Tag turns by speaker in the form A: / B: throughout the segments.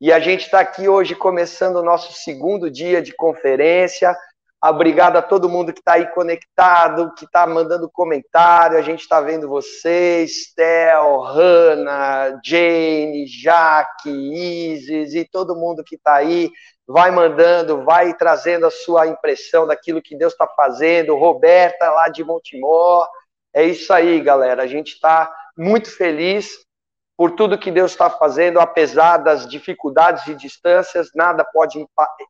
A: E a gente está aqui hoje começando o nosso segundo dia de conferência. Obrigado a todo mundo que está aí conectado, que está mandando comentário. A gente está vendo vocês, Theo, Hanna, Jane, Jaque, Isis e todo mundo que está aí. Vai mandando, vai trazendo a sua impressão daquilo que Deus está fazendo. Roberta, lá de Montemor. É isso aí, galera. A gente está muito feliz por tudo que Deus está fazendo, apesar das dificuldades e distâncias, nada pode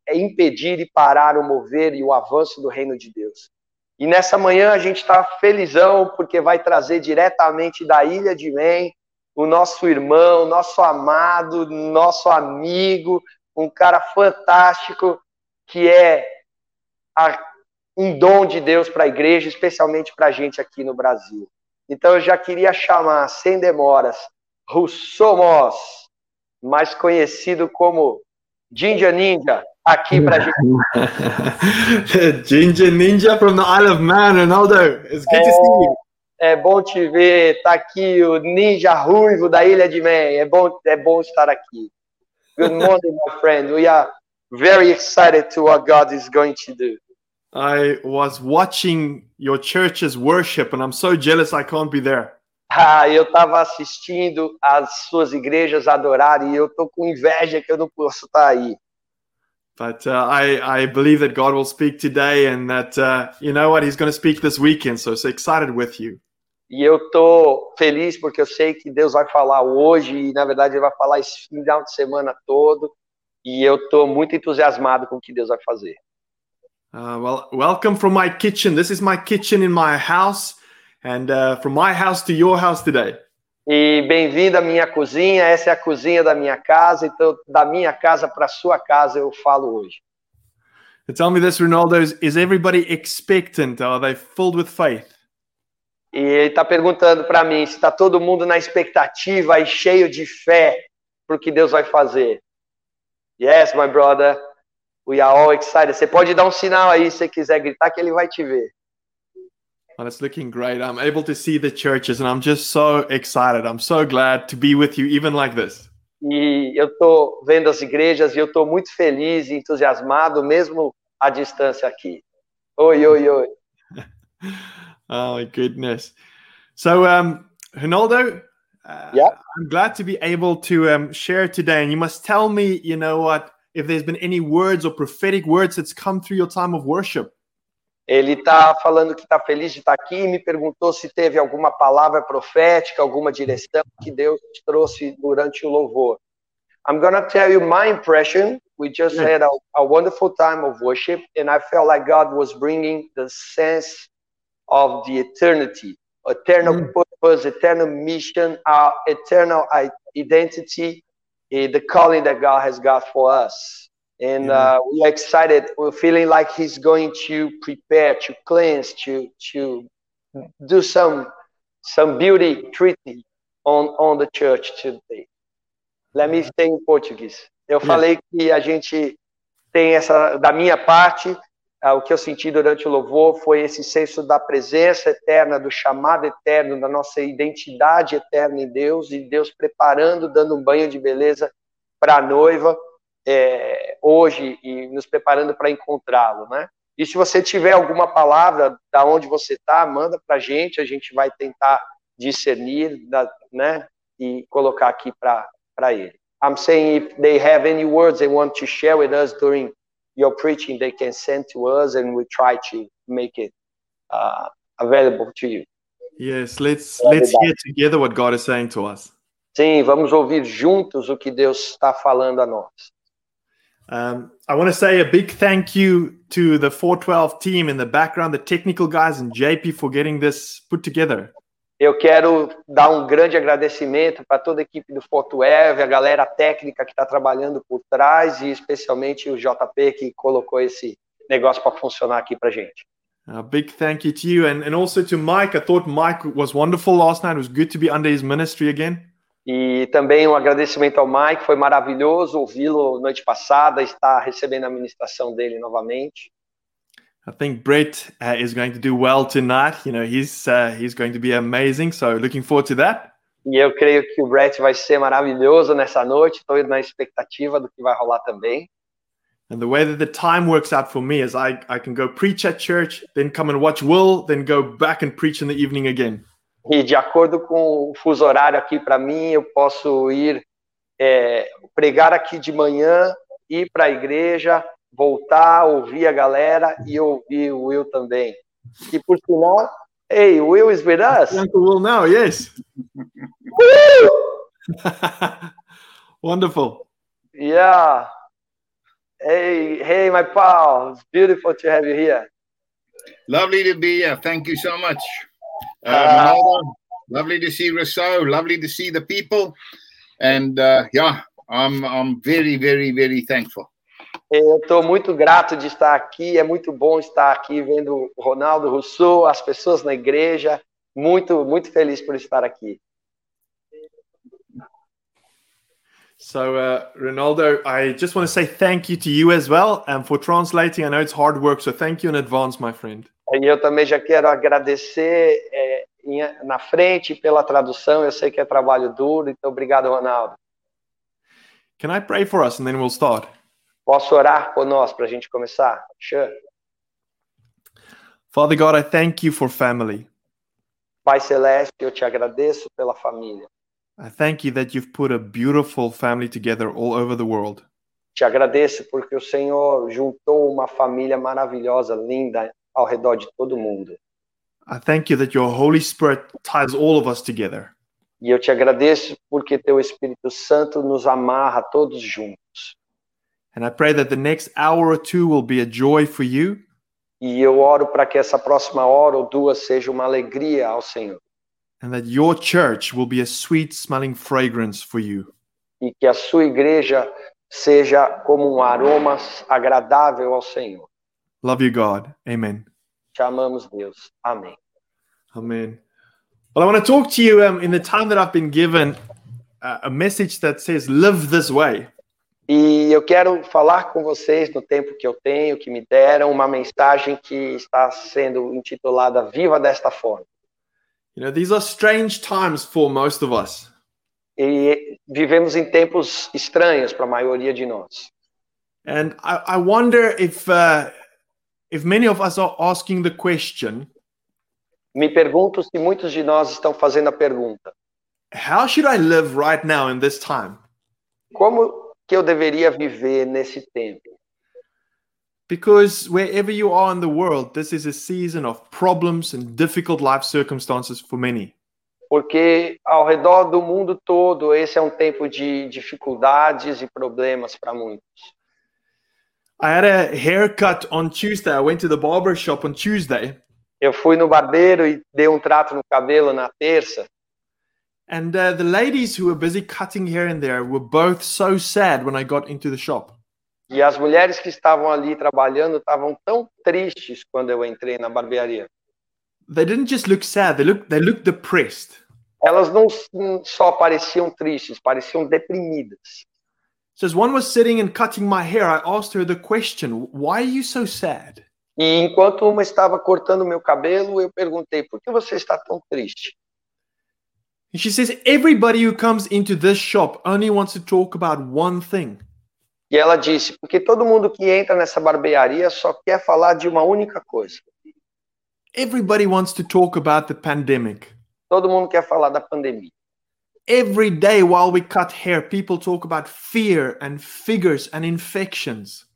A: é, impedir e parar o mover e o avanço do reino de Deus. E nessa manhã a gente está felizão, porque vai trazer diretamente da Ilha de Man o nosso irmão, nosso amado, nosso amigo, um cara fantástico, que é um dom de Deus para a igreja, especialmente para a gente aqui no Brasil. Então eu já queria chamar, sem demoras, Russomos, mais conhecido como Ginger Ninja, tá aqui pra
B: gente. Ginger Ninja from the Isle of Man, Ronaldo. It's good é, to see
A: Oh.
B: you.
A: É bom te ver, tá aqui o Ninja Ruivo da Ilha de Man. É bom, é bom estar aqui. Good morning, my friend. We are very excited to what God is going to do.
B: I was watching your church's worship and I'm so jealous I can't be there.
A: Ah, eu estava assistindo as suas igrejas adorarem e eu tô com inveja que eu não posso estar tá aí.
B: But uh, I I believe that God will speak today and that uh, you know what He's going to speak this weekend. So so excited with you.
A: E eu tô feliz porque eu sei que Deus vai falar hoje e na verdade Ele vai falar esse final de semana todo e eu tô muito entusiasmado com o que Deus vai fazer.
B: Uh, well, welcome from my kitchen. This is my kitchen in my house. And uh, from my house to your house today.
A: E bem-vindo à minha cozinha. Essa é a cozinha da minha casa. Então, da minha casa para sua casa eu falo hoje.
B: So tell me this, Ronaldo. Is everybody expectant? Are they filled with faith?
A: E ele está perguntando para mim se está todo mundo na expectativa e cheio de fé para o que Deus vai fazer. Yes, my brother. We are all excited. Você pode dar um sinal aí se você quiser gritar que ele vai te ver.
B: Well, it's looking great. I'm able to see the churches, and I'm just so excited. I'm so glad to be with you, even like this.
A: E eu tô vendo as igrejas e eu tô muito feliz e entusiasmado, mesmo à distância aqui. Oi, oi, oi.
B: oh my goodness. So, um, Ronaldo, uh, yeah. I'm glad to be able to um, share today. And you must tell me, you know what, if there's been any words or prophetic words that's come through your time of worship.
A: Ele está falando que está feliz de estar aqui e me perguntou se teve alguma palavra profética, alguma direção que Deus trouxe durante o louvor. I'm going to tell you my impression. We just yeah. had a, a, wonderful time of worship and I felt like God was bringing the sense of the eternity, eternal mm. purpose, eternal mission, our eternal identity, eh, the calling that God has got for us. and uh, we are excited. We're feeling like he's going to prepare, to cleanse, to to do some some beauty treatment on on the church today. Let me stay in Portuguese. Eu falei que a gente tem essa da minha parte. Uh, o que eu senti durante o louvor foi esse senso da presença eterna, do chamado eterno, da nossa identidade eterna em Deus e Deus preparando, dando um banho de beleza para a noiva. É, hoje e nos preparando para encontrá-lo, né? E se você tiver alguma palavra da onde você está, manda para a gente, a gente vai tentar discernir, da, né? E colocar aqui para ele. I'm saying if they have any words they want to share with us during your preaching, they can send to us and we try to make it uh, available to you.
B: Yes, let's let's hear together what God is saying to us.
A: Sim, vamos ouvir juntos o que Deus está falando a nós.
B: Um, I want to say a big thank you to the 412 team in the background, the technical guys, and JP for getting this put together.
A: Eu quero dar um grande agradecimento para toda a equipe do 412, a galera técnica que está trabalhando por trás e especialmente o JP que colocou esse negócio para funcionar aqui para gente.
B: A big thank you to you and, and also to Mike. I thought Mike was wonderful last night. It was good to be under his ministry again.
A: E também um agradecimento ao Mike, foi maravilhoso ouvi-lo noite passada, está recebendo a ministração dele novamente.
B: I think Brett uh, is going to do well tonight. You know, he's uh, he's going to be amazing. So looking forward to that.
A: E eu creio que o Brett vai ser maravilhoso nessa noite. Estou na expectativa do que vai rolar também.
B: And the way that the time works out for me is I, I can go preach at church, then come and watch Will, then go back and preach in the evening again.
A: E de acordo com o fuso horário aqui para mim, eu posso ir é, pregar aqui de manhã, ir para a igreja, voltar, ouvir a galera e ouvir o Will também. E por sinal, hey, Will is with us.
B: Uncle Will now, yes. Wonderful.
A: Yeah. Hey, hey, my pal. It's beautiful to have you here.
C: Lovely to be here. Thank you so much. Um, uh, lovely to see Rousseau. Lovely to see the people. And uh, yeah, I'm, I'm very, very, very thankful.
A: Eu estou muito grato de estar aqui. É muito bom estar aqui vendo o Ronaldo Rousseau, as pessoas na igreja. Muito, muito feliz por estar aqui.
B: So, uh, Ronaldo, I just want to say thank you to you as well and for translating. I know it's hard work, so thank you in advance, my friend.
A: E eu também já quero agradecer é, na frente pela tradução. Eu sei que é trabalho duro, então obrigado, Ronaldo.
B: Can I pray for us and then we'll start?
A: Posso orar por nós para a gente começar? Sure.
B: Father God, I thank you for family.
A: Pai Celeste, eu te agradeço pela família.
B: I thank you that you've put a beautiful family together all over the world.
A: Te agradeço porque o Senhor juntou uma família maravilhosa, linda, ao redor de todo mundo.
B: I thank you that your Holy Spirit ties all of us together.
A: E eu te agradeço porque teu Espírito Santo nos amarra todos juntos.
B: And I pray that the next hour or two will be a joy for you.
A: E eu oro para que essa próxima hora ou duas seja uma alegria ao Senhor.
B: and that your church will be a sweet smelling fragrance for you.
A: E que a sua igreja seja como um aroma agradável ao Senhor.
B: Love you, God. Amen.
A: Te amamos, Deus. Amém.
B: Amen. Well, I want to talk to you um, in the time that I've been given uh, a message that says, Live this way.
A: E eu quero falar com vocês no tempo que eu tenho, que me deram, uma mensagem que está sendo intitulada Viva desta forma.
B: You know, these are strange times for most of us.
A: E vivemos em tempos estranhos para a maioria de nós.
B: And I, I wonder if uh, if many of us are asking the question,
A: Me pergunto se muitos de nós estão fazendo a pergunta:
B: how should I live right now in this time?
A: como que eu deveria viver nesse tempo?
B: Because wherever you are in the world, this is a season of problems and difficult life circumstances for many.
A: Porque ao redor do mundo todo, esse é um tempo de dificuldades e problemas para muitos.
B: I had a haircut on Tuesday. I went to the barber shop on Tuesday,
A: Eu fui no barbeiro e dei um trato no cabelo na terça,
B: and uh, the ladies who were busy cutting hair in there were both so sad when I got into the shop.
A: e as mulheres que estavam ali trabalhando estavam tão tristes quando eu entrei na barbearia.
B: They didn't just look sad; they looked they looked depressed.
A: Elas não s- não só pareciam tristes, pareciam deprimidas.
B: So as one was sitting and cutting my hair, I asked her the question, "Why are you so sad?"
A: E enquanto uma estava cortando meu cabelo, eu perguntei: por que você está tão triste?
B: And she says, "Everybody who comes into this shop only wants to talk about one thing."
A: E ela disse: porque todo mundo que entra nessa barbearia só quer falar de uma única coisa.
B: Everybody wants to talk about the pandemic.
A: Todo mundo quer falar da pandemia.
B: Every day while we cut hair, people talk about fear and figures and infections.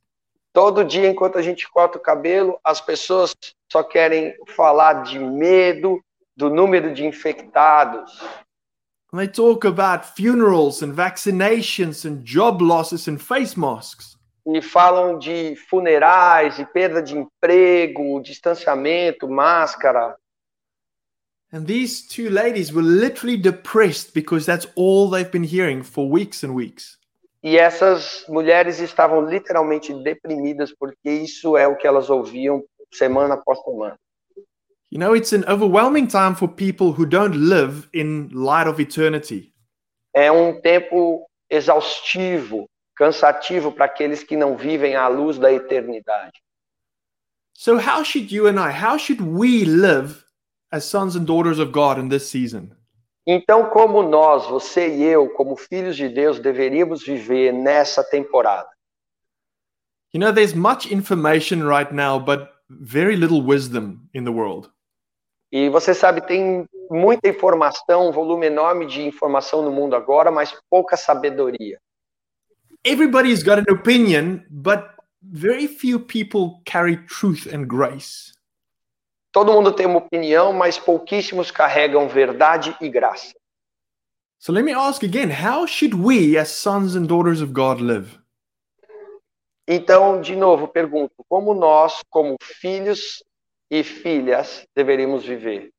A: Todo dia, enquanto a gente corta o cabelo, as pessoas só querem falar de medo, do número de infectados.
B: And they talk about funerals and vaccinations and job losses and face masks.
A: E falam de funerais, de perda de emprego, distanciamento, máscara.
B: And these two ladies were literally depressed because that's all they've been hearing for weeks and weeks.
A: E essas mulheres estavam literalmente deprimidas, porque isso é o que elas ouviam semana após semana.
B: You know, it's an overwhelming time for people who don't live in light of eternity.
A: É um tempo exaustivo, cansativo para aqueles que não vivem à luz da eternidade.
B: So, how should you and I, how should we live as sons and daughters of God in this season?
A: Então, como nós, você e eu, como filhos de Deus, deveríamos viver nessa temporada?
B: You know, there's much information right now, but very little wisdom in the world.
A: E você sabe, tem muita informação, um volume enorme de informação no mundo agora, mas pouca sabedoria.
B: Everybody's got an opinion, but very few people carry truth and grace.
A: Todo mundo tem uma opinião, mas pouquíssimos carregam verdade e graça.
B: So let me ask again, how should we as sons and daughters of God live?
A: Então, de novo, pergunto: como nós, como filhos e filhas, deveríamos viver?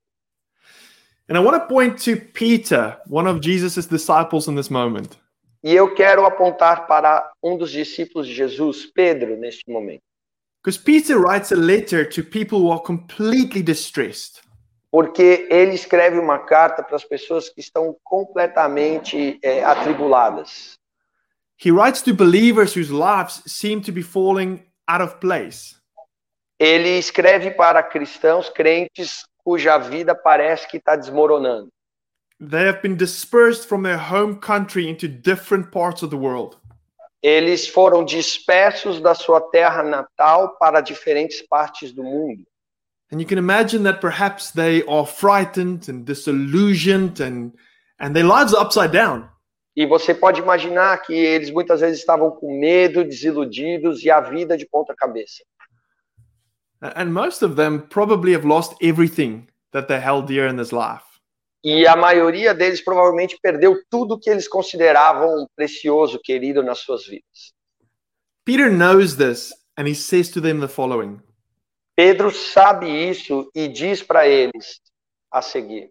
B: And I want to point to Peter, one of Jesus' disciples in this moment.
A: E eu quero apontar para um dos discípulos de Jesus, Pedro, neste momento.
B: Because Peter writes a letter to people who are completely distressed.
A: Porque ele escreve uma carta para as pessoas que estão completamente eh, atribuladas.
B: He writes to believers whose lives seem to be falling out of place.
A: Ele escreve para cristãos, crentes cuja vida parece que está desmoronando.
B: They have been dispersed from their home country into different parts of the world.
A: Eles foram dispersos da sua terra natal para diferentes partes do mundo.
B: And you can imagine that perhaps they are frightened and disillusioned and, and their lives are upside down.
A: E você pode imaginar que eles muitas vezes estavam com medo, desiludidos e a vida de ponta cabeça.
B: A- And most of them probably have lost everything that they held dear in this life.
A: E a maioria deles provavelmente perdeu tudo que eles consideravam um precioso, querido nas suas vidas.
B: Peter knows this and he says to them the following
A: Pedro sabe isso e diz para eles a seguir: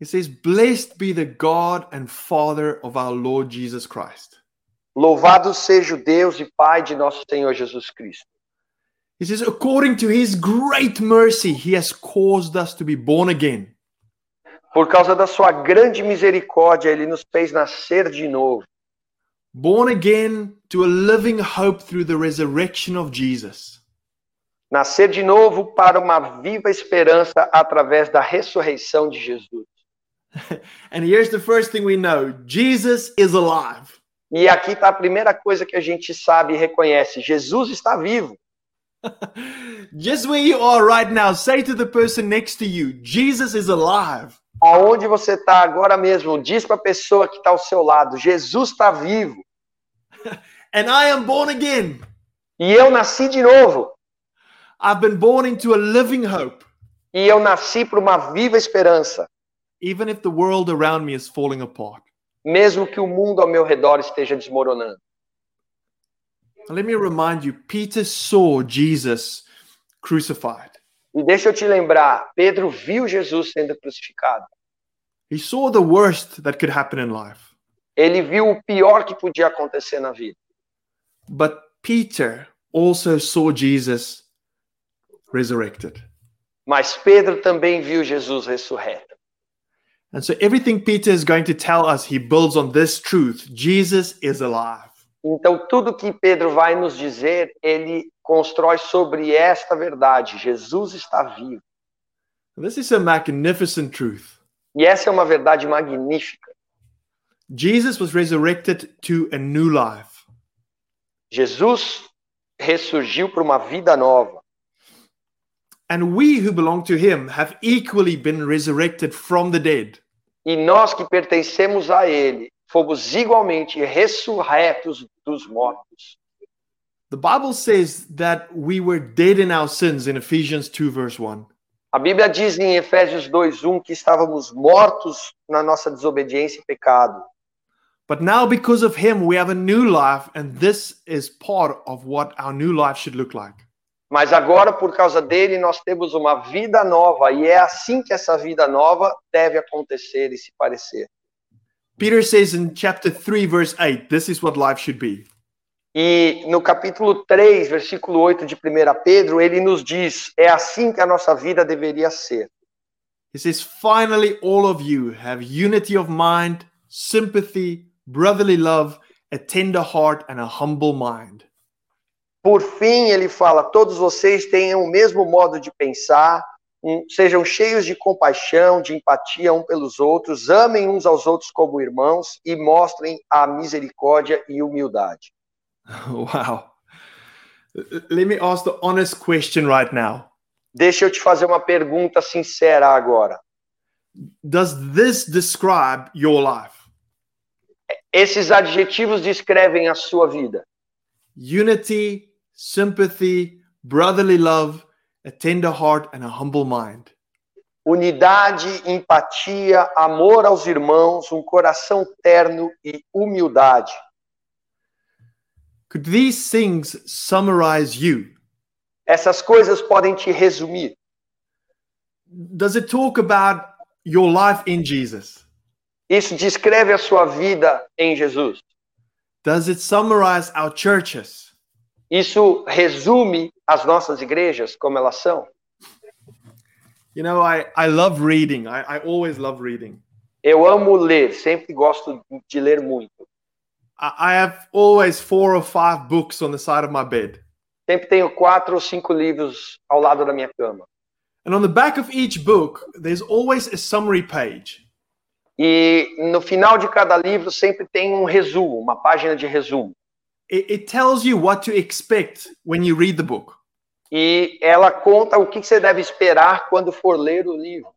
B: He says, Blessed be the God and Father of our Lord Jesus Christ.
A: Louvado seja o Deus e Pai de nosso Senhor Jesus Cristo.
B: He says, According to his great mercy, he has caused us to be born again
A: Por causa da sua grande misericórdia, ele nos fez nascer de novo.
B: born again to a living hope through the resurrection of Jesus.
A: Nascer de novo para uma viva esperança através da ressurreição de Jesus.
B: And here's the first thing we know Jesus is alive.
A: E aqui está a primeira coisa que a gente sabe e reconhece: Jesus está vivo.
B: Just where you are right now, say to the person next to you, Jesus is alive.
A: Aonde você está agora mesmo, diz para a pessoa que está ao seu lado: Jesus está vivo.
B: And I am born again.
A: E eu nasci de novo.
B: I've been born into a living hope,
A: E eu nasci para uma viva esperança,
B: even if the world around me is falling apart.
A: mesmo que o mundo ao meu redor esteja desmoronando.
B: And let me remind you, Peter saw Jesus crucified.
A: E deixa eu te lembrar: Pedro viu Jesus sendo crucificado.
B: He saw the worst that could happen in life.
A: Ele viu o pior que podia acontecer na vida.
B: But Peter also saw Jesus resurrected.
A: Mas Pedro também viu Jesus ressurreto.
B: And so everything Peter is going to tell us, he builds on this truth Jesus is alive.
A: Então, tudo que Pedro vai nos dizer, ele constrói sobre esta verdade: Jesus está vivo.
B: This is a magnificent truth.
A: E essa é uma verdade magnífica.
B: Jesus was resurrected to a new life.
A: Jesus ressurgiu para uma vida nova.
B: And we who belong to him have equally been resurrected from the dead.
A: E nós que pertencemos a ele, fomos igualmente ressurretos dos mortos.
B: The Bible says that we were dead in our sins in Ephesians 2, verse 1.
A: A Bíblia diz em Efésios 2:1 que estávamos mortos na nossa desobediência e pecado.
B: But now, because of him, we have a new life, and this is part of what our new life should look like.
A: Mas agora, por causa dele, nós temos uma vida nova, e é assim que essa vida nova deve acontecer e se parecer.
B: Peter says in chapter 3, verse 8, this is what life should be.
A: E no capítulo 3, versículo 8 de 1 Pedro, ele nos diz: é assim que a nossa vida deveria ser.
B: He says, Finally, all of you have unity of mind, sympathy, brotherly love, a tender heart, and a humble mind.
A: Por fim, ele fala: todos vocês tenham o mesmo modo de pensar, um, sejam cheios de compaixão, de empatia um pelos outros, amem uns aos outros como irmãos e mostrem a misericórdia e humildade.
B: Wow. Let me ask the honest question right now.
A: Deixa eu te fazer uma pergunta sincera agora.
B: Does this describe your life?
A: Esses adjetivos descrevem a sua vida.
B: Unity, sympathy, brotherly love, a tender heart and a humble mind.
A: Unidade, empatia, amor aos irmãos, um coração terno e humildade.
B: Could these things summarize you?
A: Essas coisas podem te resumir.
B: Does it talk about your life in Jesus?
A: Isso descreve a sua vida em Jesus.
B: Does it summarize our churches?
A: Isso resume as nossas igrejas como elas são.
B: You know, I, I love reading. I, I always love reading.
A: Eu amo ler, sempre gosto de ler muito.
B: I, I have always four or five books on the side of my bed.
A: Sempre tenho quatro ou cinco livros ao lado da minha cama.
B: And on the back of each book, there's always a summary page.
A: E no final de cada livro sempre tem um resumo, uma página de resumo.
B: It, it tells you what to expect when you read the book.
A: E ela conta o que você deve esperar quando for ler o livro.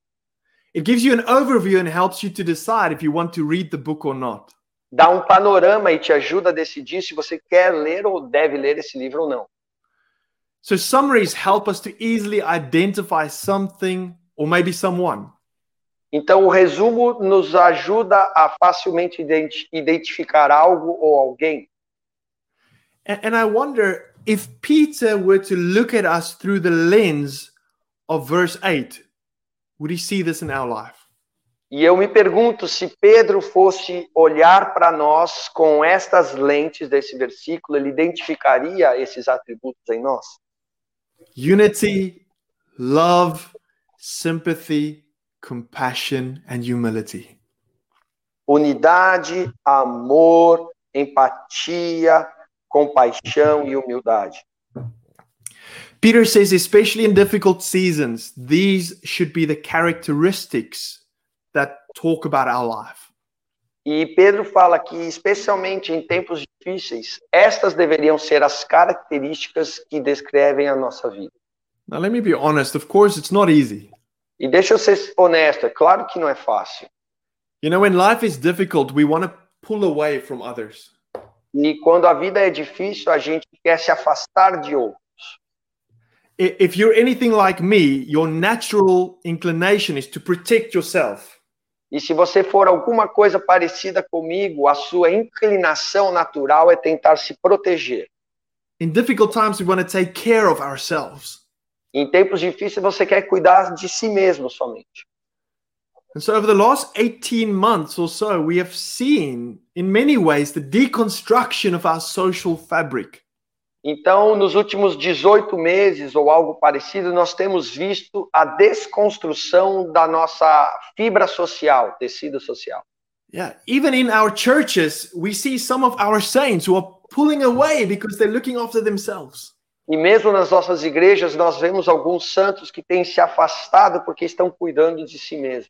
B: It gives you an overview and helps you to decide if you want to read the book or not.
A: Dá um panorama e te ajuda a decidir se você quer ler ou deve ler esse livro ou não.
B: So summaries help us to easily identify something or maybe someone.
A: Então, o resumo nos ajuda a facilmente identi- identificar algo ou alguém.
B: And, and I wonder if Peter were to look at us through the lens of verse 8, would he see this in our life?
A: E eu me pergunto se Pedro fosse olhar para nós com estas lentes desse versículo, ele identificaria esses atributos em nós?
B: Unity, love, sympathy, compassion and humility.
A: Unidade, amor, empatia, compaixão e humildade.
B: Peter says, especially in difficult seasons, these should be the characteristics that talk about our life.
A: E Pedro fala que, especialmente em tempos difíceis, estas deveriam ser as características que descrevem a nossa vida.
B: Now, let me be honest. Of course, it's not easy.
A: E deixa eu ser honesto, é claro que não é fácil.
B: You know, when life is difficult, we want to pull away from others.
A: E quando a vida é difícil, a gente quer se afastar de outro.
B: I- If you're anything like me, your natural inclination is to protect yourself.
A: E se você for alguma coisa parecida comigo, a sua inclinação natural é tentar se proteger.
B: In difficult times, we want to take care of ourselves.
A: Em tempos difíceis, você quer cuidar de si mesmo somente.
B: And so, over the last 18 months or so, we have seen in many ways the deconstruction of our social fabric.
A: Então, nos últimos 18 meses ou algo parecido, nós temos visto a desconstrução da nossa fibra social, tecido social.
B: Yeah, even in our churches, we see some of our saints who are pulling away because they're looking after themselves.
A: E mesmo nas nossas igrejas, nós vemos alguns santos que têm se afastado porque estão cuidando de si mesmos.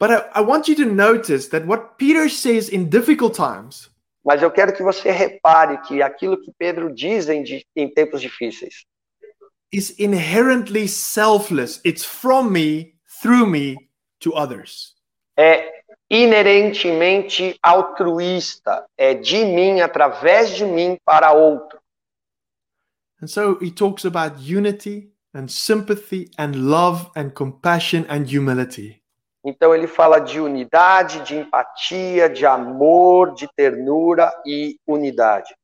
B: But I, I want you to notice that what Peter says in difficult times
A: Mas eu quero que você repare que aquilo que Pedro diz em, di- em tempos difíceis
B: is inherently selfless. It's from me, through me, to others.
A: é inerentemente altruísta, é de mim, através de mim, para outro.
B: And so he talks about unity and sympathy and love and compassion and humility.
A: Então ele fala de unidade, de empatia, de amor, de ternura e unidade.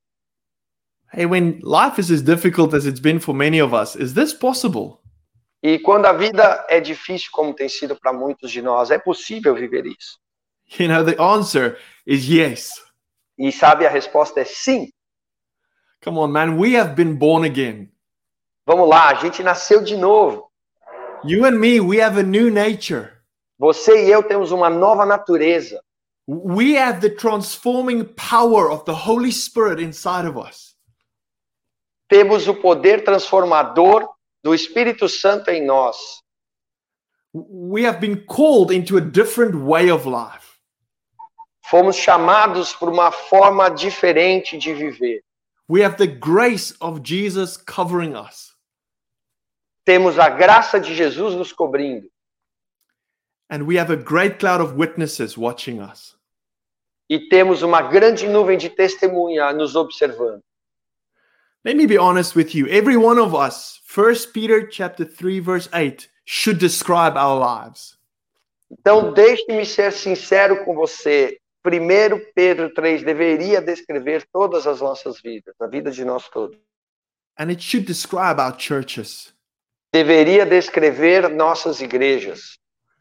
B: Hey, when life is as difficult as it's been for many of us, is this possible?
A: E quando a vida é difícil, como tem sido para muitos de nós, é possível viver isso.
B: You know, the answer is yes.
A: E sabe, a resposta é sim.
B: Come on, man, we have been born again.
A: Vamos lá, a gente nasceu de novo.
B: You and me, we have a new nature.
A: Você e eu temos uma nova natureza.
B: We have the transforming power of the Holy Spirit inside of us.
A: Temos o poder transformador do Espírito Santo em nós.
B: we have been called into a different way of life.
A: Fomos chamados para uma forma diferente de viver.
B: We have the grace of Jesus covering us.
A: Temos a graça de Jesus nos cobrindo.
B: And we have a great cloud of witnesses watching us.
A: E temos uma grande nuvem de testemunha nos observando.
B: Let me be honest with you. Every one of us, 1 Peter chapter 3 verse 8 should describe our lives.
A: Então, deixe-me ser sincero com você. Primeiro Pedro 3 deveria descrever todas as nossas vidas, a vida de nós todos.
B: And it should describe our churches.
A: Deveria descrever nossas igrejas.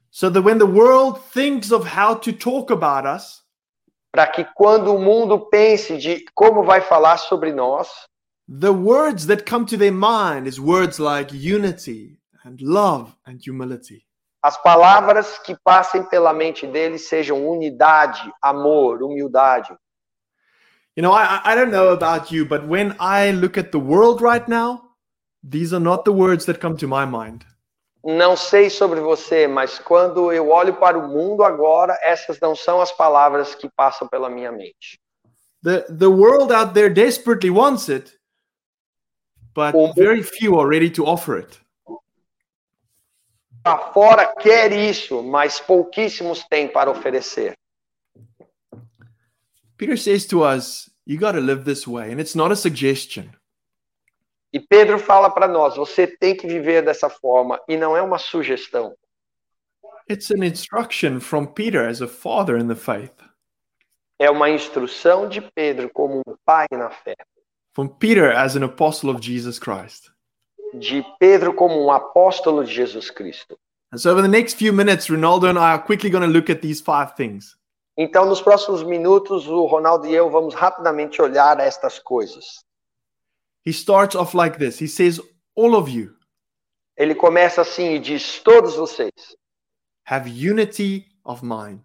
B: So that when the world thinks of how to talk about us,
A: para que quando o mundo pense de como vai falar sobre nós,
B: the words that come to their mind is words like unity and love and humility.
A: As palavras que passem pela mente deles sejam unidade, amor, humildade.
B: You know, I, I don't know about you, but when I look at the world right now, these are not the words that come to my mind.
A: Não sei sobre você, mas quando eu olho para o mundo agora, essas não são as palavras que passam pela minha mente.
B: The, the world out there desperately wants it, but
A: O-
B: very few are ready to offer it.
A: Lá fora quer isso, mas pouquíssimos têm para oferecer.
B: Peter says to us, You got to live this way. And it's not a suggestion,
A: E Pedro fala para nós: você tem que viver dessa forma, e não é uma sugestão.
B: it's an instruction from Peter as a father in the faith,
A: É uma instrução de Pedro como um pai na fé,
B: from Peter as an apostle of Jesus Christ.
A: de Pedro como um apóstolo de Jesus Cristo.
B: And so, over the next few minutes, Ronaldo and I are quickly going to look at these five things.
A: Então, nos próximos minutos, o Ronaldo e eu vamos rapidamente olhar estas coisas.
B: He starts off like this He says, All of you
A: Ele começa assim e diz: todos vocês
B: have unity of mind.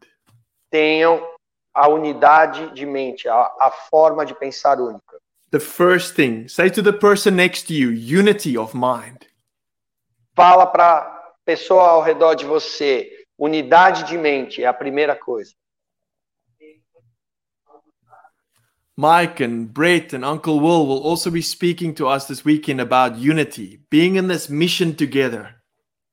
A: tenham a unidade de mente, a, a forma de pensar única.
B: The first thing, say to the person next to you, unity of mind.
A: Fala para a pessoa ao redor de você: unidade de mente é a primeira coisa.
B: Mike and Brett and Uncle Will will also be speaking to us this weekend about unity, being in this mission together.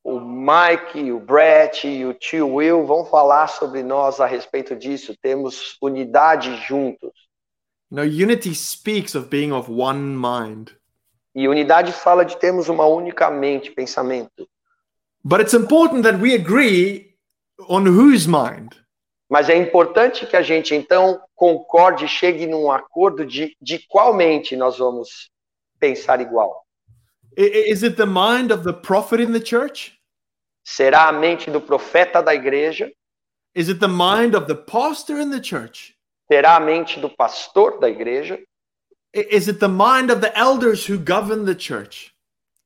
A: o Mike, o Brett e o tio Will vão falar sobre nós a respeito disso. Temos unidade juntos.
B: You know, unity speaks of being of one mind.
A: E unidade fala de termos uma única mente, pensamento.
B: But it's important that we agree on whose mind.
A: Mas é importante que a gente, então, concorde, chegue num acordo de, de qual mente nós vamos pensar igual.
B: I- i- Is it the mind of the prophet in the church?
A: Será a mente do profeta da igreja?
B: Is it the mind of the pastor in the church?
A: Será a mente do pastor da igreja?
B: I- Is it the mind of the elders who govern the church?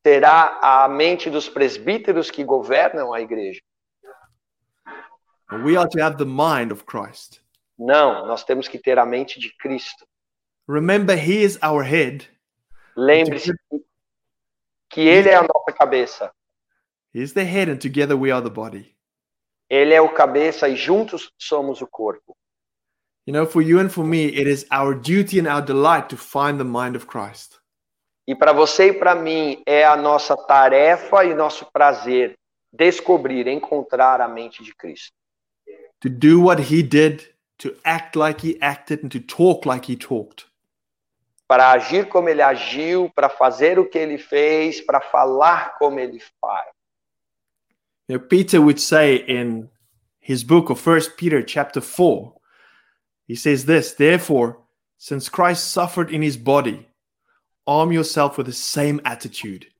A: Será a mente dos presbíteros que governam a igreja?
B: We are to have the mind of Christ.
A: Não, nós temos que ter a mente de Cristo.
B: Remember, He is our head,
A: Lembre-se que ele é a nossa cabeça.
B: He is the head, and together we are the body.
A: Ele é o cabeça e juntos somos o corpo.
B: You know, for you and for me, it is our duty and our delight to find the mind of Christ.
A: E para você e para mim é a nossa tarefa e nosso prazer descobrir, encontrar a mente de Cristo.
B: to do what he did, to act like he acted, and to talk like he talked.
A: Para agir como ele agiu, para fazer o que ele fez, para falar como ele faz.
B: You know, Peter would say in his book of First Peter, chapter four, he says this: Therefore, since Christ suffered in his body, arm yourself with the same attitude.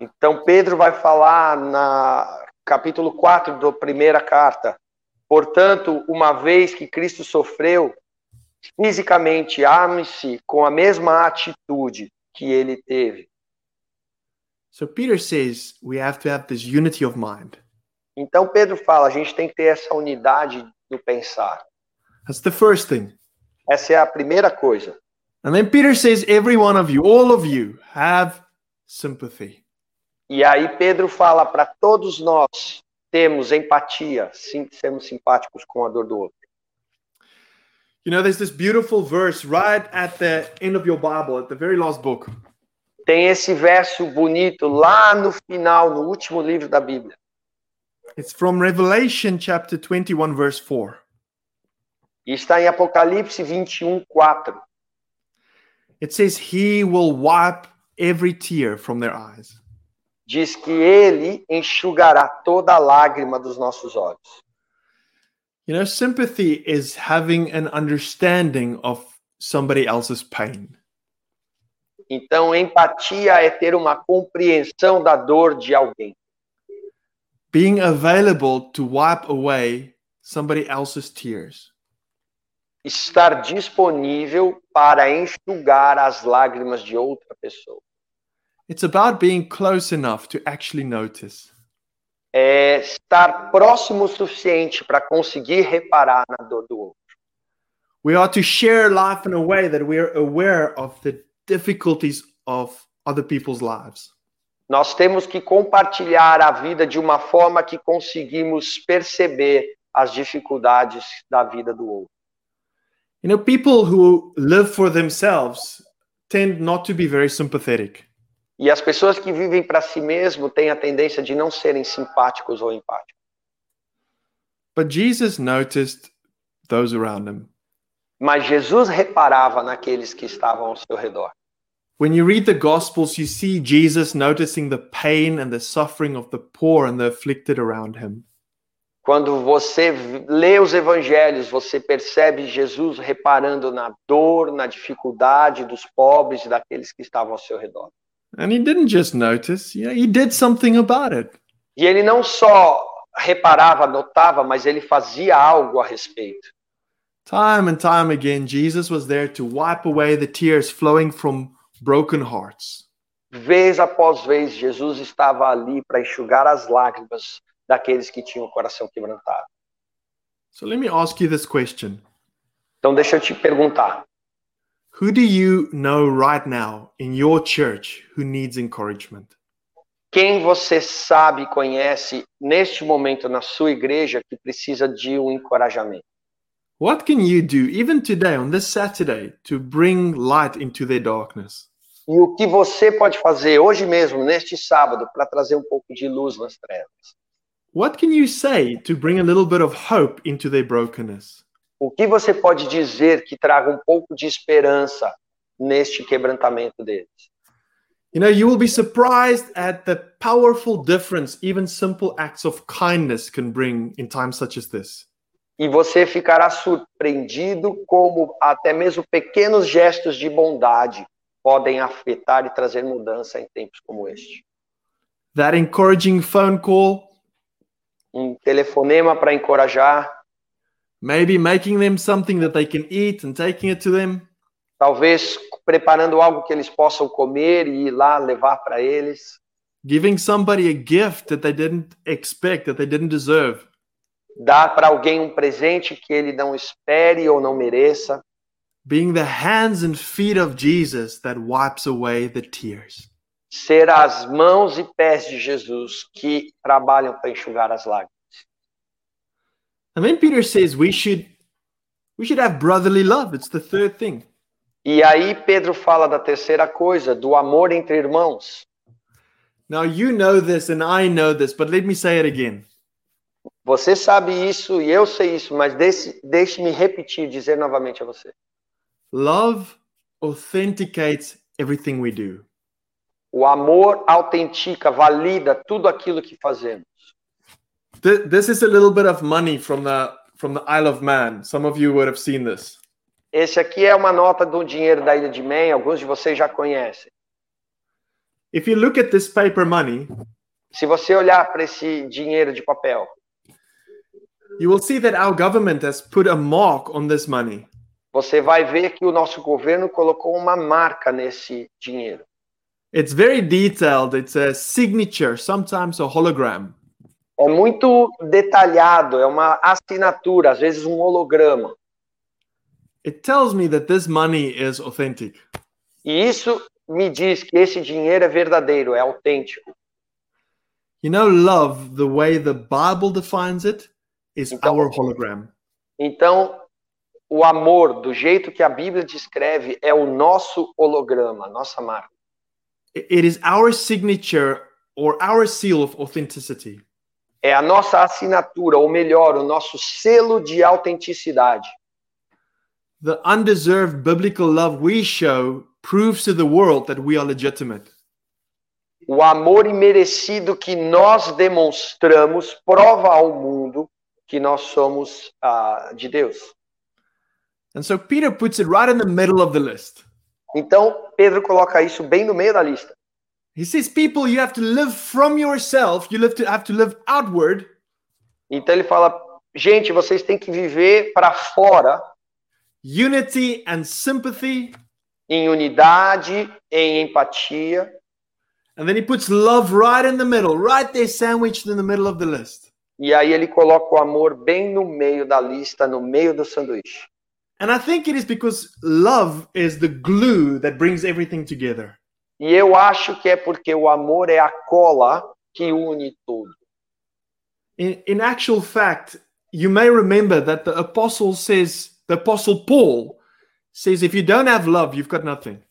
A: Então Pedro vai falar na capítulo 4 da primeira carta. Portanto, uma vez que Cristo sofreu fisicamente, arme-se com a mesma atitude que ele teve.
B: So Peter says we have to have this unity of mind.
A: Então Pedro fala, a gente tem que ter essa unidade do pensar.
B: That's the first thing.
A: Essa é a primeira coisa.
B: And then Peter says, every one of you, all of you, have sympathy.
A: E aí Pedro fala para todos nós temos empatia, sim, sermos simpáticos com a dor do outro.
B: You know, there's this beautiful verse right at the end of your Bible, at the very last book.
A: Tem esse verso bonito lá no final, no último livro da Bíblia.
B: It's from Revelation chapter 21 verse 4.
A: E está em Apocalipse 21, 4.
B: It says he will wipe every tear from their eyes.
A: Diz que ele enxugará toda a lágrima dos nossos olhos.
B: You know, sympathy is having an understanding of somebody else's pain.
A: Então, empatia é ter uma compreensão da dor de alguém.
B: Being available to wipe away somebody else's tears.
A: Estar disponível para enxugar as lágrimas de outra pessoa.
B: It's about being close enough to actually notice.
A: É estar próximo o suficiente para conseguir reparar na dor do outro.
B: We are to share life in a way that we are aware of the difficulties of other people's lives.
A: Nós temos que compartilhar a vida de uma forma que conseguimos perceber as dificuldades da vida do outro.
B: You know, people who live for themselves tend not to be very sympathetic.
A: E as pessoas que vivem para si mesmo têm a tendência de não serem simpáticos ou empáticos.
B: But Jesus noticed those around him.
A: Mas Jesus reparava naqueles que estavam ao seu redor.
B: When you read the Gospels, you see Jesus noticing the pain and the suffering of the poor and the afflicted around him.
A: Quando você lê os evangelhos, você percebe Jesus reparando na dor, na dificuldade dos pobres e daqueles que estavam ao seu redor.
B: And he didn't just notice, you know, he did something about it.
A: E ele não só reparava, notava, mas ele fazia algo a respeito.
B: Time and time again, Jesus was there to wipe away the tears flowing from broken hearts.
A: Vez após vez, Jesus estava ali para enxugar as lágrimas daqueles que tinham o coração quebrantado.
B: So let me ask you this question
A: Então, deixa eu te perguntar:
B: Who do you know right now in your church who needs encouragement?
A: quem você sabe e conhece neste momento na sua igreja que precisa de um encorajamento?
B: What can you do, even today, on this Saturday, to bring light into their darkness?
A: E o que você pode fazer hoje mesmo, neste sábado, para trazer um pouco de luz nas trevas?
B: What can you say to bring a little bit of hope into their brokenness?
A: O que você pode dizer que traga um pouco de esperança neste quebrantamento deles?
B: You know, you will be surprised at the powerful difference even simple acts of kindness can bring in times such as this.
A: E você ficará surpreendido como até mesmo pequenos gestos de bondade podem afetar e trazer mudança em tempos como este.
B: That encouraging phone call,
A: Um telefonema para encorajar,
B: maybe making them something that they can eat and taking it to them,
A: talvez preparando algo que eles possam comer e ir lá levar para eles,
B: giving somebody a gift that they didn't expect, that they didn't deserve.
A: dar para alguém um presente que ele não espere ou não mereça.
B: being the hands and feet of Jesus that wipes away the tears.
A: ser as mãos e pés de Jesus que trabalham para enxugar as lágrimas.
B: And then Peter says we should we should have brotherly love. It's the third thing.
A: E aí Pedro fala da terceira coisa, do amor entre irmãos.
B: Now you know this and I know this, but let me say it again.
A: Você sabe isso e eu sei isso, mas desse- deixe-me repetir, dizer novamente a você.
B: Love authenticates everything we do.
A: O amor autentica, valida tudo aquilo que fazemos.
B: Th- this is a little bit of money from the from the Isle of Man. Some of you would have seen this.
A: Esse aqui é uma nota do dinheiro da Ilha de Man, alguns de vocês já conhecem.
B: If you look at this paper money,
A: Se você olhar para esse dinheiro de papel,
B: you will see that our government has put a mark on this money.
A: você vai ver que o nosso governo colocou uma marca nesse dinheiro.
B: It's very detailed. It's a signature, sometimes a hologram.
A: É muito detalhado, é uma assinatura, às vezes um holograma.
B: It tells me that this money is authentic.
A: E isso me diz que esse dinheiro é verdadeiro, é autêntico.
B: You know, love, the way the Bible defines it, is
A: Então-
B: our hologram.
A: Então, o amor, do jeito que a Bíblia descreve, é o nosso holograma, a nossa marca.
B: I- It is our signature or our seal of authenticity.
A: É a nossa assinatura, ou melhor, o nosso selo de autenticidade.
B: The undeserved biblical love we show proves to the world that we are legitimate.
A: O amor imerecido que nós demonstramos prova ao mundo que nós somos ah, de Deus.
B: And so Peter puts it right in the middle of the list.
A: Então, Pedro coloca isso bem no meio da lista.
B: He says, People, you have to live from yourself, you live to, have to live outward,
A: Então, ele fala: gente, vocês têm que viver para fora,
B: unity and sympathy.
A: em unidade, em empatia.
B: And then he puts love right in the middle, right there, sandwiched in the middle of the list.
A: E aí ele coloca o amor bem no meio da lista, no meio do sanduíche.
B: And I think it is because love is the glue that brings everything together.
A: E eu acho que é porque o amor é a cola que une tudo.
B: In, in actual fact, you may remember that the apostle says, the apostle Paul says, if you don't have love, you've got nothing.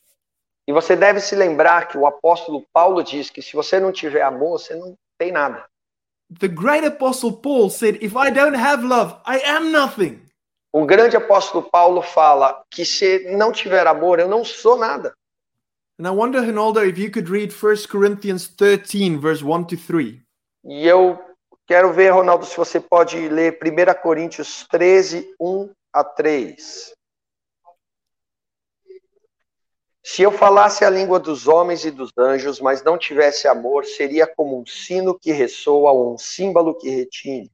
A: E você deve se lembrar que o apóstolo Paulo diz que se você não tiver amor, você não tem nada.
B: The great apostle Paul said, if I don't have love, I am nothing.
A: O grande apóstolo Paulo fala que se não tiver amor, eu não sou nada.
B: And I wonder, Hinaldo, if you could read 1 Corinthians 13, verse 1 to 3.
A: E eu quero ver, Ronaldo, se você pode ler 1 Coríntios 13, 1 a 3. Se eu falasse a língua dos homens e dos anjos, mas não tivesse amor, seria como um sino que ressoa ou um símbolo que retine.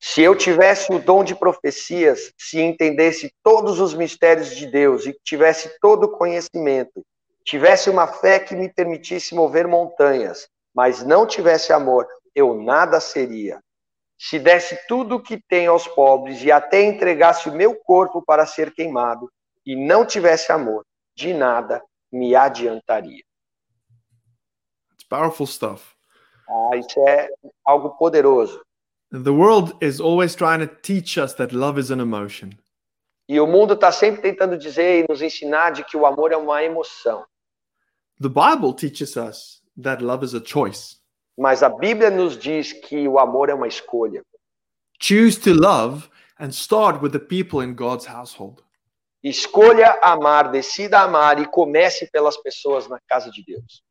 A: Se eu tivesse o dom de profecias, se entendesse todos os mistérios de Deus e tivesse todo o conhecimento, tivesse uma fé que me permitisse mover montanhas, mas não tivesse amor, eu nada seria. Se desse tudo o que tenho aos pobres e até entregasse o meu corpo para ser queimado, e não tivesse amor, de nada me adiantaria.
B: It's powerful stuff.
A: Ah, isso é algo poderoso.
B: The world is always trying to teach us that love is an emotion.
A: E o mundo está sempre tentando dizer e nos ensinar de que o amor é uma emoção.
B: The Bible teaches us that love is a choice.
A: Mas a Bíblia nos diz que o amor é uma escolha.
B: Choose to love and start with the people in God's household.
A: Escolha amar, decida amar e comece pelas pessoas na casa de Deus.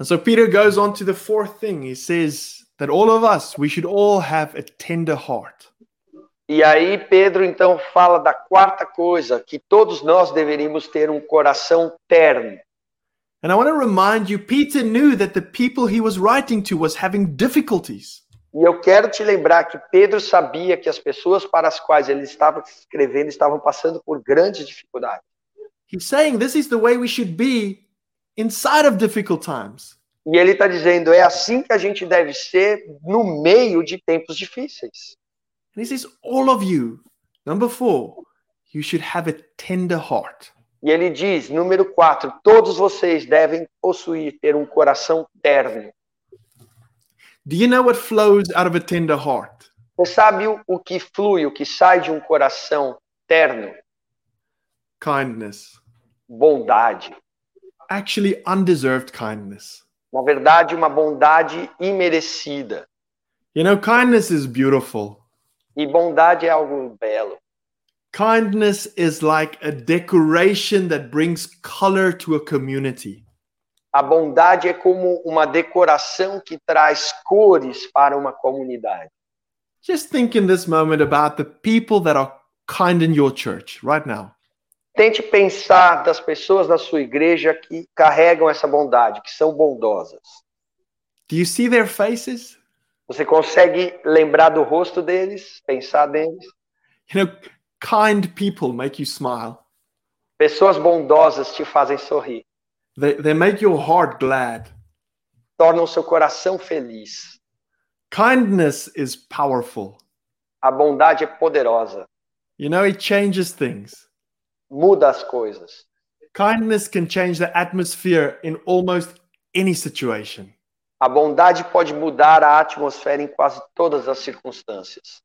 B: And so Peter goes on to the fourth thing. He says that all of us, we should all have a tender heart.
A: E aí Pedro então fala da quarta coisa, que todos nós deveríamos ter um coração terno.
B: And I want to remind you, Peter knew that the people he was writing to was having difficulties.
A: E eu quero te lembrar que Pedro sabia que as pessoas para as quais ele estava escrevendo estavam passando por grandes dificuldades.
B: He's saying this is the way we should be inside of difficult times.
A: E ele está dizendo, é assim que a gente deve ser no meio de tempos difíceis.
B: And he says, all of you, number four, you should have a tender heart.
A: E ele diz, número quatro, todos vocês devem possuir, ter um coração terno.
B: Do you know what flows out of a tender heart?
A: Você sabe o, o que flui, o que sai de um coração terno?
B: Kindness.
A: Bondade.
B: Actually, undeserved kindness.
A: Na verdade, uma bondade imerecida.
B: You know, kindness is beautiful.
A: E bondade é algo belo.
B: Kindness is like a decoration that brings color to a community.
A: A bondade é como uma decoração que traz cores para uma comunidade.
B: Just think in this moment about the people that are kind in your church right now.
A: Tente pensar das pessoas da sua igreja que carregam essa bondade, que são bondosas.
B: Do you see their faces?
A: Você consegue lembrar do rosto deles, pensar neles?
B: You know, kind people make you smile.
A: Pessoas bondosas te fazem sorrir,
B: They, they make your heart glad.
A: tornam seu coração feliz.
B: Kindness is powerful.
A: A bondade é poderosa,
B: You know, it changes things.
A: muda as coisas.
B: Kindness can change the atmosphere in almost any situation.
A: A bondade pode mudar a atmosfera em quase todas as circunstâncias.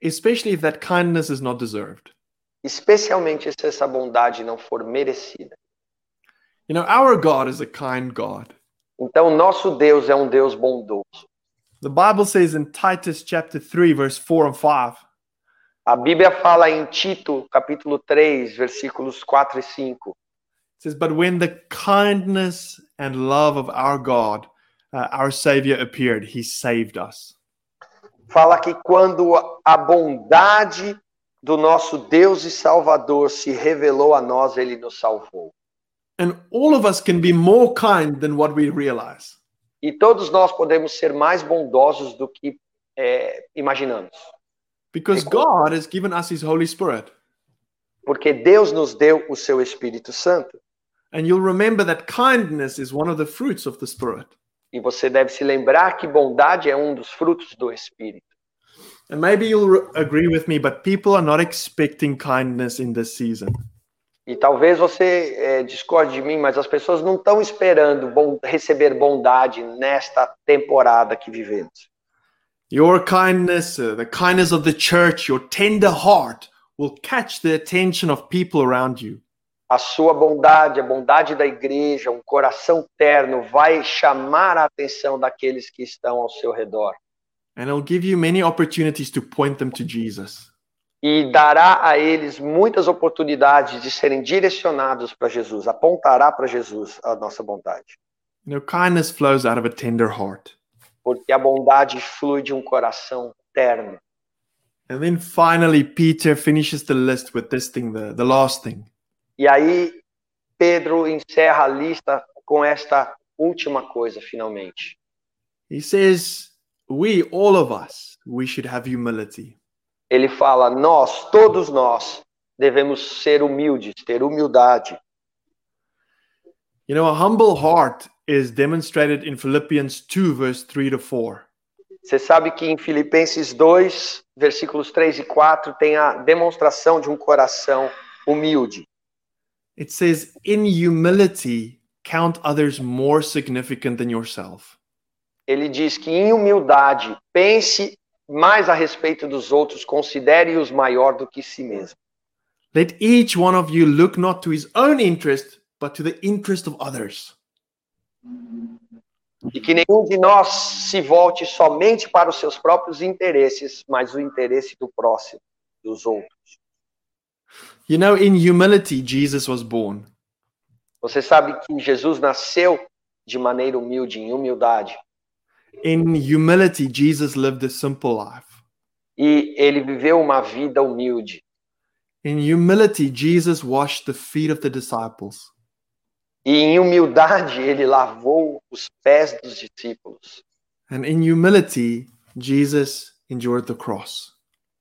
B: especially if that kindness is not deserved.
A: especialmente se essa bondade não for merecida.
B: You know, our God is a kind God.
A: Então, nosso Deus é um Deus bondoso.
B: The Bible says in Titus chapter 3, verse 4 and 5,
A: A Bíblia fala em Tito, capítulo 3, versículos 4 e 5.
B: it says, But when the kindness and love of our God, uh, our Savior, appeared, he saved us.
A: Fala que quando a bondade do nosso Deus e Salvador se revelou a nós, ele nos salvou.
B: And all of us can be more kind than what we realize.
A: E todos nós podemos ser mais bondosos do que é, imaginamos.
B: Because God has given us His Holy Spirit.
A: Porque Deus nos deu o seu Espírito Santo.
B: And you'll remember that kindness is one of the fruits of the Spirit.
A: E você deve se lembrar que bondade é um dos frutos do Espírito.
B: And maybe you'll re- agree with me, but people are not expecting kindness in this season.
A: E talvez você eh, discorde de mim, mas as pessoas não estão esperando bon- receber bondade nesta temporada que vivemos.
B: Your kindness, uh, the kindness of the church, your tender heart will catch the attention of people around you.
A: A sua bondade, a bondade da igreja, um coração terno vai chamar a atenção daqueles que estão ao seu redor
B: And it'll give you many opportunities to point them to Jesus.
A: e dará a eles muitas oportunidades de serem direcionados para Jesus, apontará para Jesus a nossa bondade,
B: You know, kindness flows out of a tender heart.
A: porque a bondade flui de um coração terno.
B: And then finally, Peter finishes the list with this thing, the, the last thing.
A: E aí Pedro encerra a lista com esta última coisa, finalmente.
B: He says, We, all of us, we should have humility.
A: Ele fala: Nós, todos nós, devemos ser humildes, ter humildade.
B: You know, a humble heart is demonstrated in Philippians 2, verse 3 to 4.
A: Você sabe que em Filipenses 2, versículos 3 e 4, tem a demonstração de um coração humilde.
B: It says, In humility, count others more significant than yourself.
A: Ele diz que em humildade, pense mais a respeito dos outros, considere-os maior do que si mesmo.
B: Let each one of you look not to his own interest, but to the interest of others.
A: E que nenhum de nós se volte somente para os seus próprios interesses, mas o interesse do próximo, dos outros.
B: You know, in humility, Jesus was born.
A: Você sabe que Jesus nasceu de maneira humilde, em humildade,
B: In humility, Jesus lived a simple life.
A: e ele viveu uma vida humilde.
B: In humility, Jesus washed the feet of the disciples.
A: E em humildade ele lavou os pés dos discípulos.
B: And in humility, Jesus endured the cross.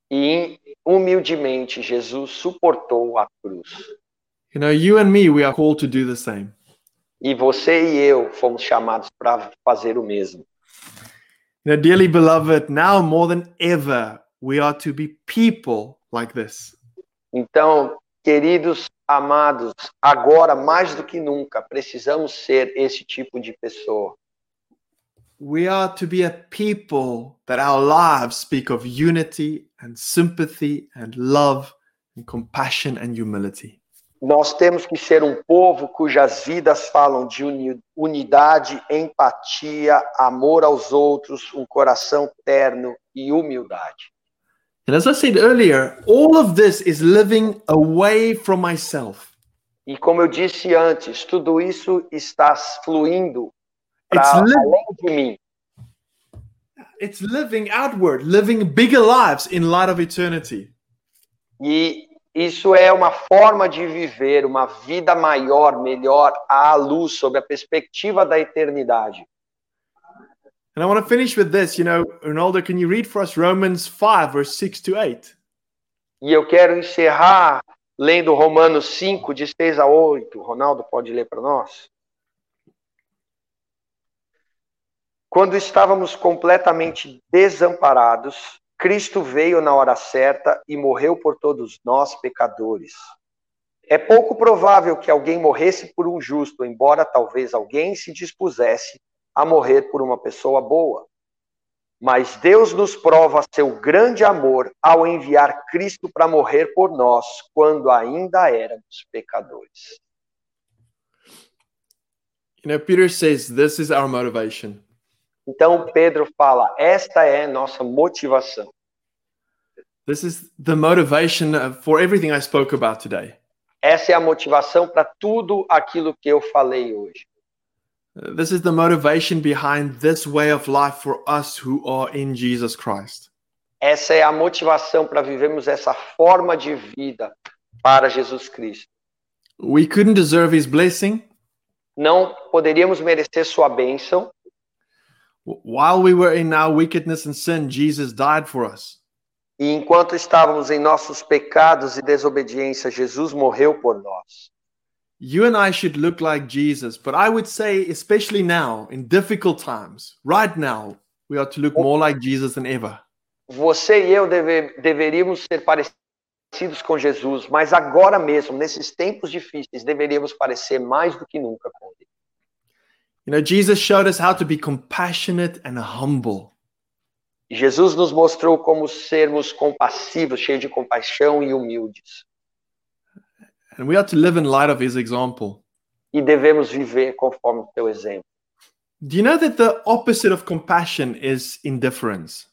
A: E humildemente Jesus suportou a cruz.
B: You know, you and me, we are called to do the same.
A: E você e eu fomos chamados para fazer o mesmo.
B: Now, dearly beloved, now more than ever, we are to be people like this.
A: Então, queridos amados, agora mais do que nunca precisamos ser esse tipo de pessoa.
B: We are to be a people that our lives speak of unity and sympathy and love and compassion and humility.
A: Nós temos que ser um povo cujas vidas falam de uni- unidade, empatia, amor aos outros, um coração terno e humildade.
B: And as I said earlier, all of this is living away from myself.
A: E como eu disse antes, tudo isso está fluindo para
B: It's, li-
A: além de mim.
B: it's living outward, living bigger lives in light of eternity.
A: E isso é uma forma de viver uma vida maior, melhor, à luz, sob a perspectiva da eternidade.
B: And I want to finish with this. You know, Ronaldo, can you read for us Romans 5, verse 6 to 8?
A: E eu quero encerrar lendo Romanos 5, de 6 a 8. Ronaldo, pode ler para nós? Quando estávamos completamente desamparados, Cristo veio na hora certa e morreu por todos nós, pecadores. É pouco provável que alguém morresse por um justo, embora talvez alguém se dispusesse a morrer por uma pessoa boa. Mas Deus nos prova seu grande amor ao enviar Cristo para morrer por nós quando ainda éramos pecadores.
B: You know, Peter says this is our motivation.
A: Então Pedro fala: esta é nossa motivação.
B: This is the motivation of- for everything I spoke about today.
A: Essa é a motivação para tudo aquilo que eu falei hoje.
B: Uh, This is the motivation behind this way of life for us who are in Jesus Christ.
A: Essa é a motivação para vivermos essa forma de vida para Jesus Cristo.
B: We couldn't deserve his blessing.
A: Não poderíamos merecer sua bênção.
B: W- While we were in our wickedness and sin, Jesus died for us.
A: E enquanto estávamos em nossos pecados e desobediência, Jesus morreu por nós.
B: You and I should look like Jesus, but I would say, especially now, in difficult times, right now, we are to look more like Jesus than ever.
A: Você e eu deve- deveríamos ser parecidos com Jesus, mas agora mesmo, nesses tempos difíceis, deveríamos parecer mais do que nunca com ele.
B: You know, Jesus showed us how to be compassionate and humble.
A: Jesus nos mostrou como sermos compassivos, cheios de compaixão e humildes.
B: And we are to live in light of his example.
A: E devemos viver conforme o teu exemplo.
B: Do you know that the opposite of compassion is indifference?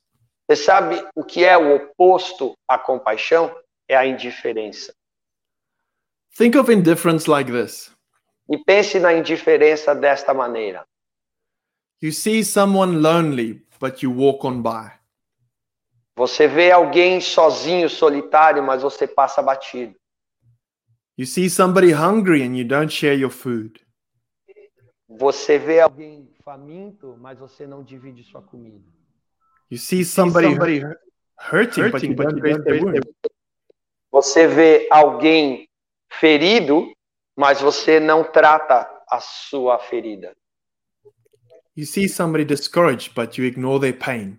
A: Você sabe o que é o oposto à compaixão? É a indiferença.
B: Think of indifference like this
A: E pense na indiferença desta maneira.
B: you see someone lonely, but you walk on by.
A: Você vê alguém sozinho, solitário, mas você passa batido.
B: You see somebody hungry and you don't share your food.
A: Você vê alguém faminto, mas você não divide sua comida.
B: You see somebody, hurting, but you don't dress their wound.
A: Você vê alguém ferido, mas você não trata a sua ferida.
B: You see somebody discouraged, but you ignore their pain.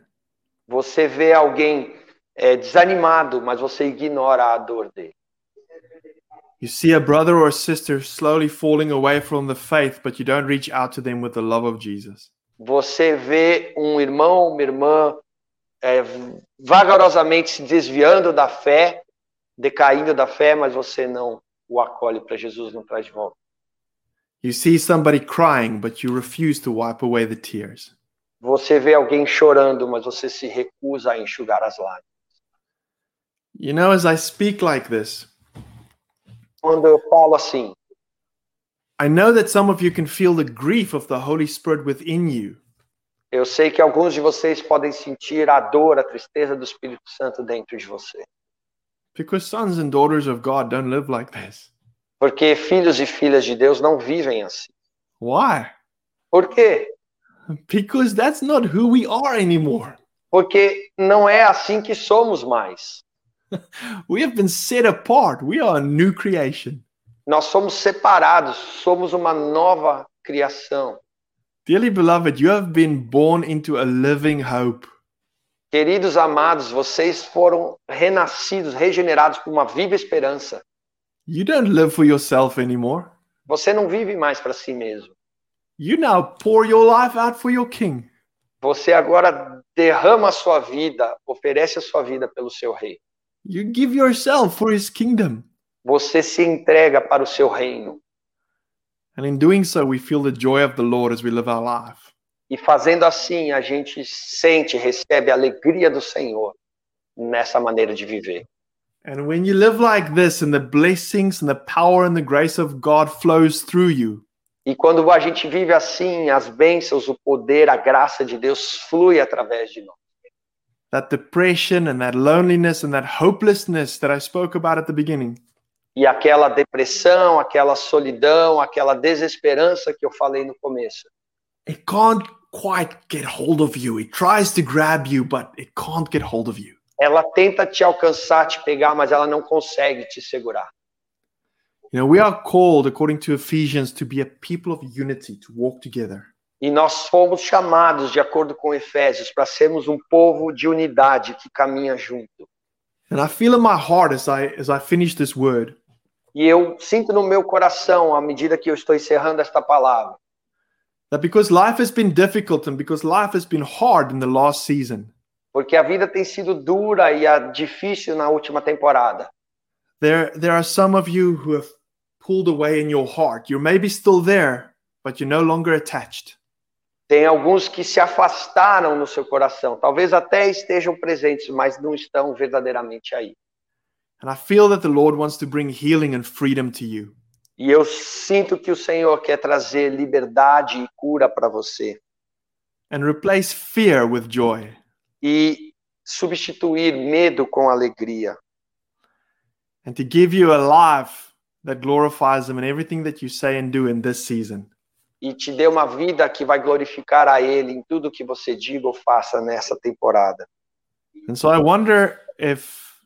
A: Você vê alguém é, desanimado, mas você ignora a dor dele.
B: You see a brother or a sister slowly falling away from the faith, but you don't reach out to them with the love of Jesus.
A: Você vê um irmão, uma irmã é, vagarosamente se desviando da fé, decaindo da fé, mas você não o acolhe para Jesus, não traz de volta.
B: You see somebody crying, but you refuse to wipe away the tears.
A: Você vê alguém chorando, mas você se recusa a enxugar as lágrimas.
B: You know, as I speak like this,
A: Quando eu falo assim,
B: I know that some of you can feel the grief of the Holy Spirit within you.
A: eu sei que alguns de vocês podem sentir a dor, a tristeza do Espírito Santo dentro de você.
B: Because sons and daughters of God don't live like this.
A: Porque filhos e filhas de Deus não vivem assim.
B: Why?
A: Por quê?
B: Because that's not who we are anymore.
A: Porque não é assim que somos mais.
B: We have been set apart. We are a new creation.
A: Nós somos separados, somos uma nova criação.
B: Dearly beloved, you have been born into a living hope.
A: Queridos amados, vocês foram renascidos, regenerados por uma viva esperança.
B: You don't live for yourself anymore.
A: Você não vive mais para si mesmo.
B: You now pour your life out for your king.
A: Você agora derrama a sua vida, oferece a sua vida pelo seu rei.
B: You give yourself for his kingdom.
A: Você se entrega para o seu reino.
B: And in doing so, we feel the joy of the Lord as we live our life.
A: E fazendo assim, a gente sente, recebe a alegria do Senhor nessa maneira de viver.
B: And when you live like this, and the blessings and the power and the grace of God flows through you,
A: E quando a gente vive assim, as bênçãos, o poder, a graça de Deus flui através de nós.
B: that depression and that loneliness and that hopelessness that I spoke about at the beginning,
A: E aquela depressão, aquela solidão, aquela desesperança que eu falei no começo,
B: it can't quite get hold of you. It tries to grab you, but it can't get hold of you.
A: ela tenta te alcançar, te pegar, mas ela não consegue te segurar.
B: You know, we are called, according to Ephesians, to be a people of unity, to walk together.
A: E nós fomos chamados, de acordo com Efésios, para sermos um povo de unidade que caminha junto.
B: And I feel in my heart as I as I finish this word
A: E eu sinto no meu coração, à medida que eu estou encerrando esta palavra,
B: that because life has been difficult and because life has been hard in the last season,
A: Porque a vida tem sido dura e ah, difícil na última temporada.
B: there there are some of you who have pulled away in your heart. You're maybe still there, but you're no longer attached.
A: Tem alguns que se afastaram no seu coração. Talvez até estejam presentes, mas não estão verdadeiramente aí.
B: And I feel that the Lord wants to bring healing and freedom to you.
A: E eu sinto que o Senhor quer trazer liberdade e cura para você
B: and replace fear with joy.
A: e substituir medo com alegria
B: and to give you a life that glorifies Him in everything that you say and do in this season.
A: e te dê uma vida que vai glorificar a Ele em tudo que você diga ou faça nessa temporada.
B: And so I wonder if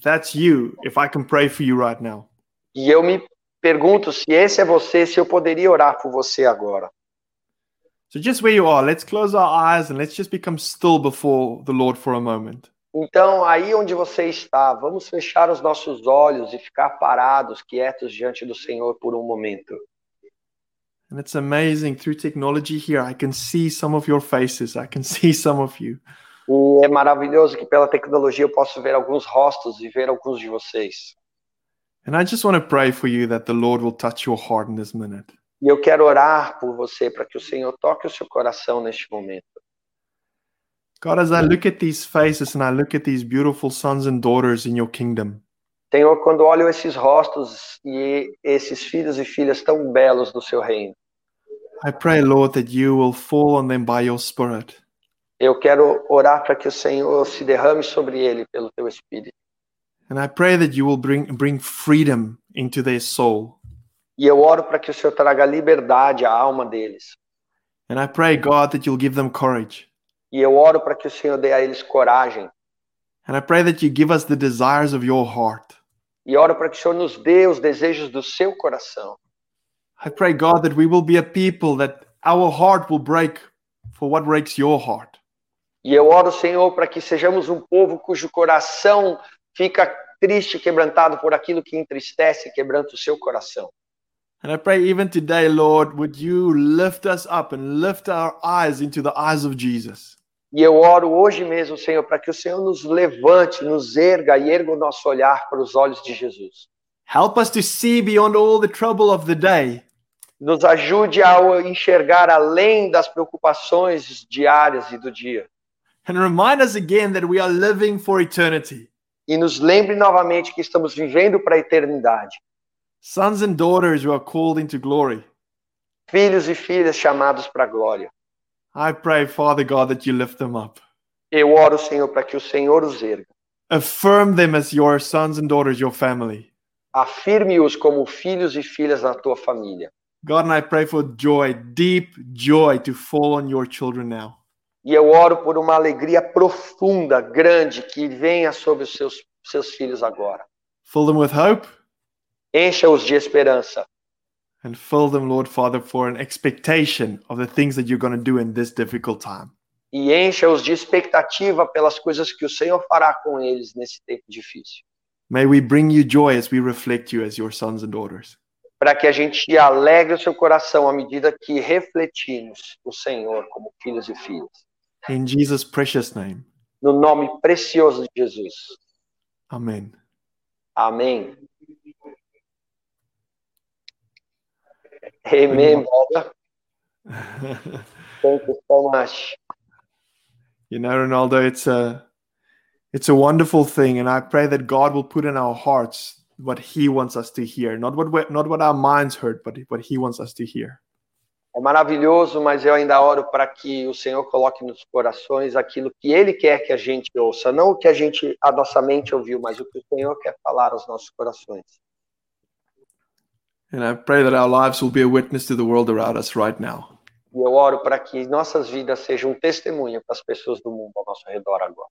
B: that's you, if I can pray for you right now.
A: E eu me pergunto se esse é você, se eu poderia orar por você agora.
B: So just where you are, let's close our eyes and let's just become still before the Lord for a moment.
A: Então, aí onde você está, vamos fechar os nossos olhos e ficar parados, quietos diante do Senhor por um momento.
B: And it's amazing through technology here, I can see some of your faces. I can see some of you.
A: E é maravilhoso que pela tecnologia eu posso ver alguns rostos e ver alguns de vocês.
B: And I just want to pray for you that the Lord will touch your heart in this minute.
A: E eu quero orar por você para que o Senhor toque o seu coração neste momento.
B: God, as I look at these faces and I look at these beautiful sons and daughters in your kingdom,
A: Senhor, quando olho esses rostos e esses filhos e filhas tão belos do seu reino,
B: I pray, Lord, that you will fall on them by your Spirit.
A: eu quero orar para que o Senhor se derrame sobre ele pelo teu espírito.
B: And I pray that you will bring, bring freedom into their soul.
A: E eu oro para que o Senhor traga liberdade à alma deles.
B: And I pray, God, that you'll give them courage.
A: E eu oro para que o Senhor dê a eles coragem.
B: And I pray that you give us the desires of your heart.
A: E oro para que o Senhor nos dê os desejos do seu coração.
B: I pray, God, that we will be a people that our heart will break for what breaks your heart.
A: E eu oro, Senhor, para que sejamos um povo cujo coração fica triste, quebrantado por aquilo que entristece e quebranta o seu coração.
B: And I pray even today, Lord, would you lift us up and lift our eyes into the eyes of Jesus.
A: E eu oro hoje mesmo, Senhor, para que o Senhor nos levante, nos erga e erga o nosso olhar para os olhos de Jesus.
B: Help us to see beyond all the trouble of the day
A: Nos ajude a enxergar além das preocupações diárias e do dia.
B: and remind us again that we are living for eternity.
A: E nos lembre novamente que estamos vivendo para a eternidade.
B: sons and daughters who are called into glory.
A: Filhos e filhas chamados para a glória.
B: I pray, Father God, that you lift them up.
A: Eu oro, Senhor, para que o Senhor os erga.
B: Affirm them as your sons and daughters, your family.
A: Afirme-os como filhos e filhas na tua família.
B: God, and I pray for joy, deep joy to fall on your children now.
A: E eu oro por uma alegria profunda, grande, que venha sobre os seus, seus filhos agora.
B: Fill them with hope
A: Encha-os de esperança.
B: and fill them, Lord Father, for an expectation of the things that you're going to do in this difficult time.
A: e encha-os de expectativa pelas coisas que o Senhor fará com eles nesse tempo difícil.
B: May we bring you joy as we reflect you as your sons and daughters.
A: Para que a gente alegre o seu coração à medida que refletimos o Senhor como filhos e filhas.
B: In Jesus' precious name.
A: No nome precioso de Jesus.
B: Amen.
A: Amém. Amém, brother. Thank you so much.
B: You know, Ronaldo, it's a it's a wonderful thing, and I pray that God will put in our hearts what He wants us to hear, not what we, not what our minds heard, but what He wants us to hear.
A: É maravilhoso, mas eu ainda oro para que o Senhor coloque nos corações aquilo que Ele quer que a gente ouça, não o que a gente, a nossa mente ouviu, mas o que o Senhor quer falar aos nossos corações.
B: And I pray that our lives will be a witness to the world around us right now.
A: E eu oro para que nossas vidas sejam um testemunho para as pessoas do mundo ao nosso redor agora.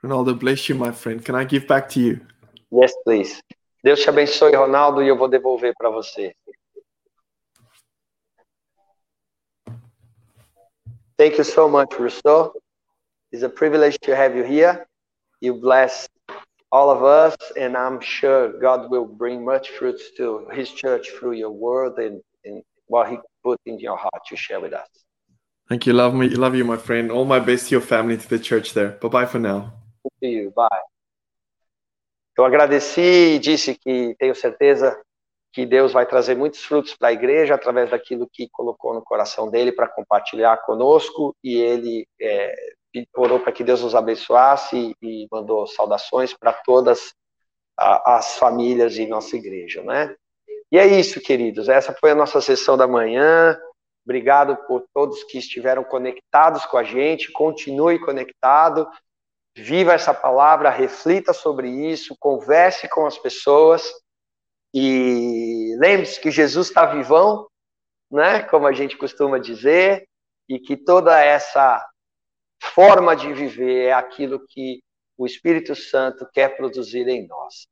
B: Ronaldo, bless you, my friend. Can I give back to you?
A: Yes, please. Deus te abençoe, Ronaldo, e eu vou devolver para você. Thank you so much, Rousseau. It's a privilege to have you here. You bless all of us, and I'm sure God will bring much fruits to His church through your word and, and what He put in your heart to share with us.
B: Thank you. Love me. Love you, my friend. All my best to your family, to the church there. Bye bye for now.
A: To you. Bye. Eu agradeci e disse que tenho certeza que Deus vai trazer muitos frutos para a igreja através daquilo que colocou no coração dele para compartilhar conosco e ele é, orou para que Deus nos abençoasse e mandou saudações para todas as famílias em nossa igreja, né? E é isso, queridos. Essa foi a nossa sessão da manhã. Obrigado por todos que estiveram conectados com a gente. Continue conectado. Viva essa palavra, reflita sobre isso, converse com as pessoas e lembre-se que Jesus está vivão, né? Como a gente costuma dizer, e que toda essa forma de viver é aquilo que o Espírito Santo quer produzir em nós.